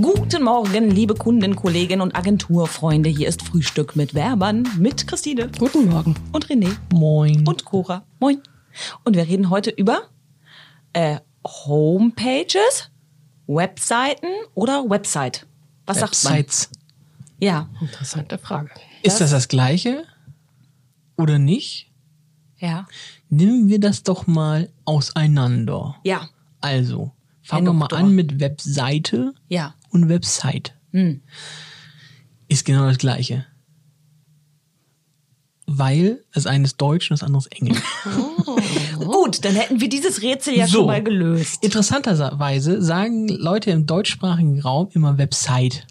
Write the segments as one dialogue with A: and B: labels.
A: Guten Morgen, liebe Kunden, Kolleginnen und Agenturfreunde. Hier ist Frühstück mit Werbern mit Christine
B: Guten Morgen.
A: und René
B: Moin.
A: und Cora. Moin. Und wir reden heute über äh, Homepages, Webseiten oder Website. Was sagt
B: Websites.
A: man? Ja,
B: Interessante Frage.
A: Das-
C: Ist das das Gleiche oder nicht?
A: ja,
C: Nehmen wir das doch mal auseinander.
A: ja,
C: Also, fangen
A: Herr
C: wir mal
A: Doktor.
C: an mit Webseite
A: ja.
C: und Website.
A: Hm.
C: Ist genau das Gleiche. Weil das eine ist Deutsch und das andere ist Englisch.
A: Gut, dann hätten wir dieses Rätsel ja
C: So.
A: schon mal gelöst.
C: Interessanterweise sagen Leute im deutschsprachigen Raum immer Website.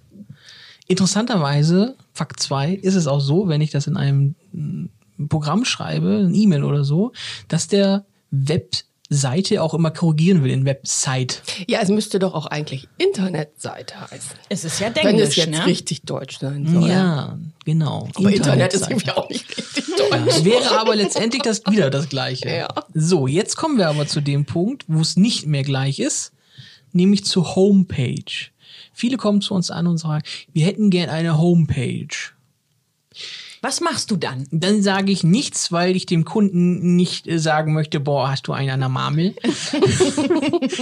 C: Interessanterweise, Fakt 2, ist es auch so, wenn ich das in einem mm, Programm schreibe, ein E-Mail oder so, dass der Webseite auch immer korrigieren will in Website.
B: Ja, es müsste doch auch eigentlich Internetseite heißen.
A: Es ist ja
B: wenn
A: Englisch,
B: es jetzt
A: ne?
B: richtig deutsch sein soll.
C: Ja, genau.
B: Aber Internet ist
C: Internetseite.
B: irgendwie auch nicht richtig deutsch.
C: Wäre aber letztendlich das wieder das Gleiche.
B: Ja.
C: So, jetzt kommen wir aber zu dem Punkt, wo es nicht mehr gleich ist, nämlich zur Homepage. Viele kommen zu uns an und sagen, wir hätten gern eine Homepage.
A: Was machst du dann?
C: Dann sage ich nichts, weil ich dem Kunden nicht äh, sagen möchte, boah, hast du einen an der Marmel?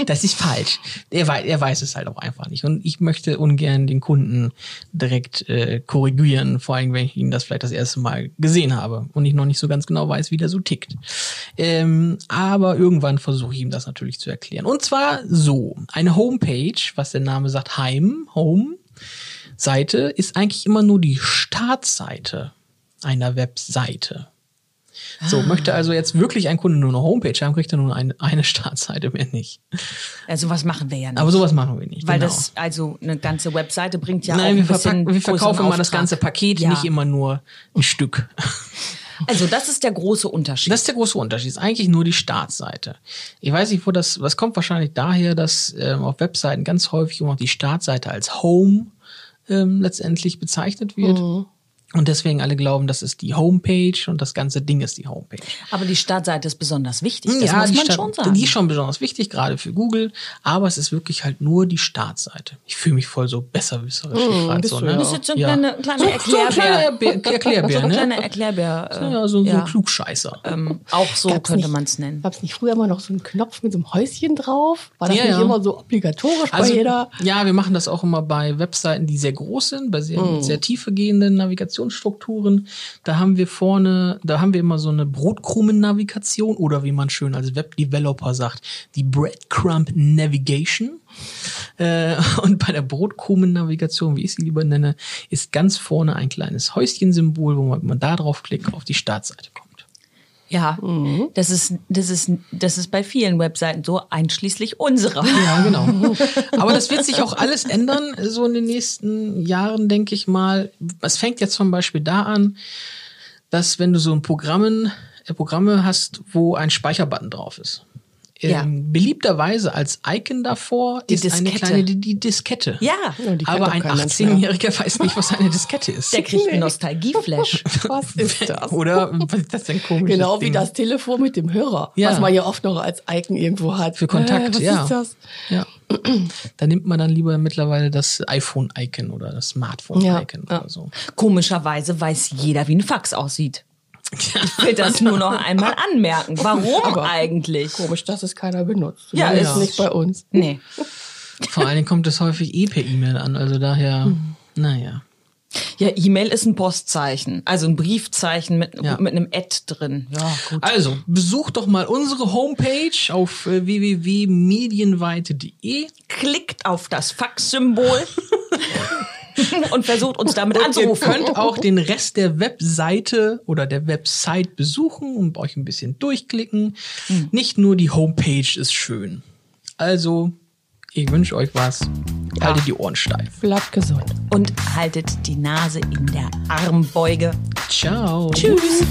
C: das ist falsch. Er weiß, er weiß es halt auch einfach nicht. Und ich möchte ungern den Kunden direkt äh, korrigieren, vor allem wenn ich ihn das vielleicht das erste Mal gesehen habe und ich noch nicht so ganz genau weiß, wie der so tickt. Ähm, aber irgendwann versuche ich ihm das natürlich zu erklären. Und zwar so: Eine Homepage, was der Name sagt, Heim, Home. Seite ist eigentlich immer nur die Startseite einer Webseite.
A: Ah.
C: So, möchte also jetzt wirklich ein Kunde nur eine Homepage haben, kriegt er nur eine, eine Startseite mehr nicht.
A: Also was machen wir ja nicht.
C: Aber sowas machen wir nicht.
A: Weil
C: genau.
A: das, also eine ganze Webseite bringt ja auch
C: Nein,
A: ein
C: wir,
A: bisschen
C: verpacken, wir verkaufen
A: größeren
C: immer das
A: Auftrag.
C: ganze Paket,
A: Ja.
C: nicht immer nur ein Stück.
A: Also das ist der große Unterschied.
C: Das ist der große Unterschied. Ist eigentlich nur die Startseite. Ich weiß nicht, wo das, das kommt wahrscheinlich daher, dass ähm, auf Webseiten ganz häufig immer noch die Startseite als Home ähm, letztendlich bezeichnet wird.
A: Mhm.
C: Und deswegen alle glauben, das ist die Homepage und das ganze Ding ist die Homepage.
A: Aber die Startseite ist besonders wichtig. Das muss
C: die
A: man
C: Start-
A: schon sagen.
C: Die ist schon besonders wichtig, gerade für Google. Aber es ist wirklich halt nur die Startseite. Ich fühle mich voll so besserwisserisch. ich grad
B: bist
C: so,
B: du
C: ne?
B: ja.
A: Mhm, Bist jetzt so ein kleiner- kleiner
C: so, so ein kleiner
A: Erklärbär.
C: Erbe- Erklärbär,
A: ein kleiner
C: ne?
A: Erklärbär. Äh,
C: Ja, so, so
A: ja.
C: ein Klugscheißer.
A: Ähm, auch so
B: Gab's
A: könnte
B: nicht-
A: man es nennen.
B: Gab's nicht früher immer noch so einen Knopf mit so einem Häuschen drauf? War das
C: Ja,
B: nicht
C: ja. Also
B: immer so obligatorisch bei jeder?
C: Ja, wir machen das auch immer bei Webseiten, die sehr groß sind, bei sehr,
B: Mhm.
C: mit sehr tiefe gehenden Navigationsstrukturen. Da haben wir vorne, da haben wir immer so eine Brotkrumen-Navigation oder wie man schön als Webdeveloper sagt, die Breadcrumb Navigation. Äh, und bei der Brotkrumen-Navigation, wie ich sie lieber nenne, ist ganz vorne ein kleines Häuschen-Symbol, wo man, wenn man da draufklickt, auf die Startseite kommt.
A: Ja,
C: Mhm.
A: das, ist, das, ist, das ist bei vielen Webseiten so, einschließlich unserer.
C: Ja, genau. Aber das wird sich auch alles ändern, so in den nächsten Jahren, denke ich mal. Es fängt jetzt zum Beispiel da an, dass wenn du so ein Programmen, äh, Programme hast, wo ein Speicherbutton drauf ist. Ähm,
A: Ja.
C: Beliebterweise als Icon davor
A: Die
C: ist eine
A: Diskette.
C: kleine die, die Diskette.
A: Ja.
B: Ja, die kennt
C: Aber
B: doch
C: ein
B: kein Mensch mehr.
C: 18-Jähriger weiß nicht, was eine Diskette ist.
A: Der kriegt einen Nostalgieflash.
B: Was ist das?
C: Oder was ist das denn komisch?
B: Genau wie
C: Ding?
B: das Telefon mit dem Hörer,
C: Ja.
B: was man ja oft noch als Icon irgendwo hat.
C: Für Kontakt,
B: äh, was
C: ja.
B: ist das?
C: Ja. Da nimmt man dann lieber mittlerweile das iPhone-Icon oder das
B: Ja,
C: Smartphone-Icon
B: ja.
C: oder so.
A: Komischerweise weiß jeder, wie ein Fax aussieht. Ich will das nur noch einmal anmerken. Warum
B: Aber-
A: eigentlich?
B: Komisch, dass es keiner benutzt.
A: Ja,
B: Zumindest
A: ist-
B: nicht bei uns.
A: Nee.
C: Vor allen Dingen kommt es häufig eh per E-Mail an, also daher,
B: Mhm.
C: naja.
A: Ja, E-Mail ist ein Postzeichen, also ein Briefzeichen mit,
C: Ja.
A: mit einem Ad drin. Ja, gut.
C: Also, besucht doch mal unsere Homepage auf äh, www.medienweite.de.
A: Klickt auf das Fax-Symbol und versucht uns damit
C: Und
B: Genau.
C: ihr
A: anzurufen.
C: könnt auch den Rest der Webseite oder der Website besuchen und euch ein bisschen durchklicken.
B: Mhm.
C: Nicht nur die Homepage ist schön. Also, ich wünsche euch was. Haltet die Ohren steif.
B: Bleibt gesund.
A: Und haltet die Nase in der Armbeuge.
C: Ciao.
A: Tschüss.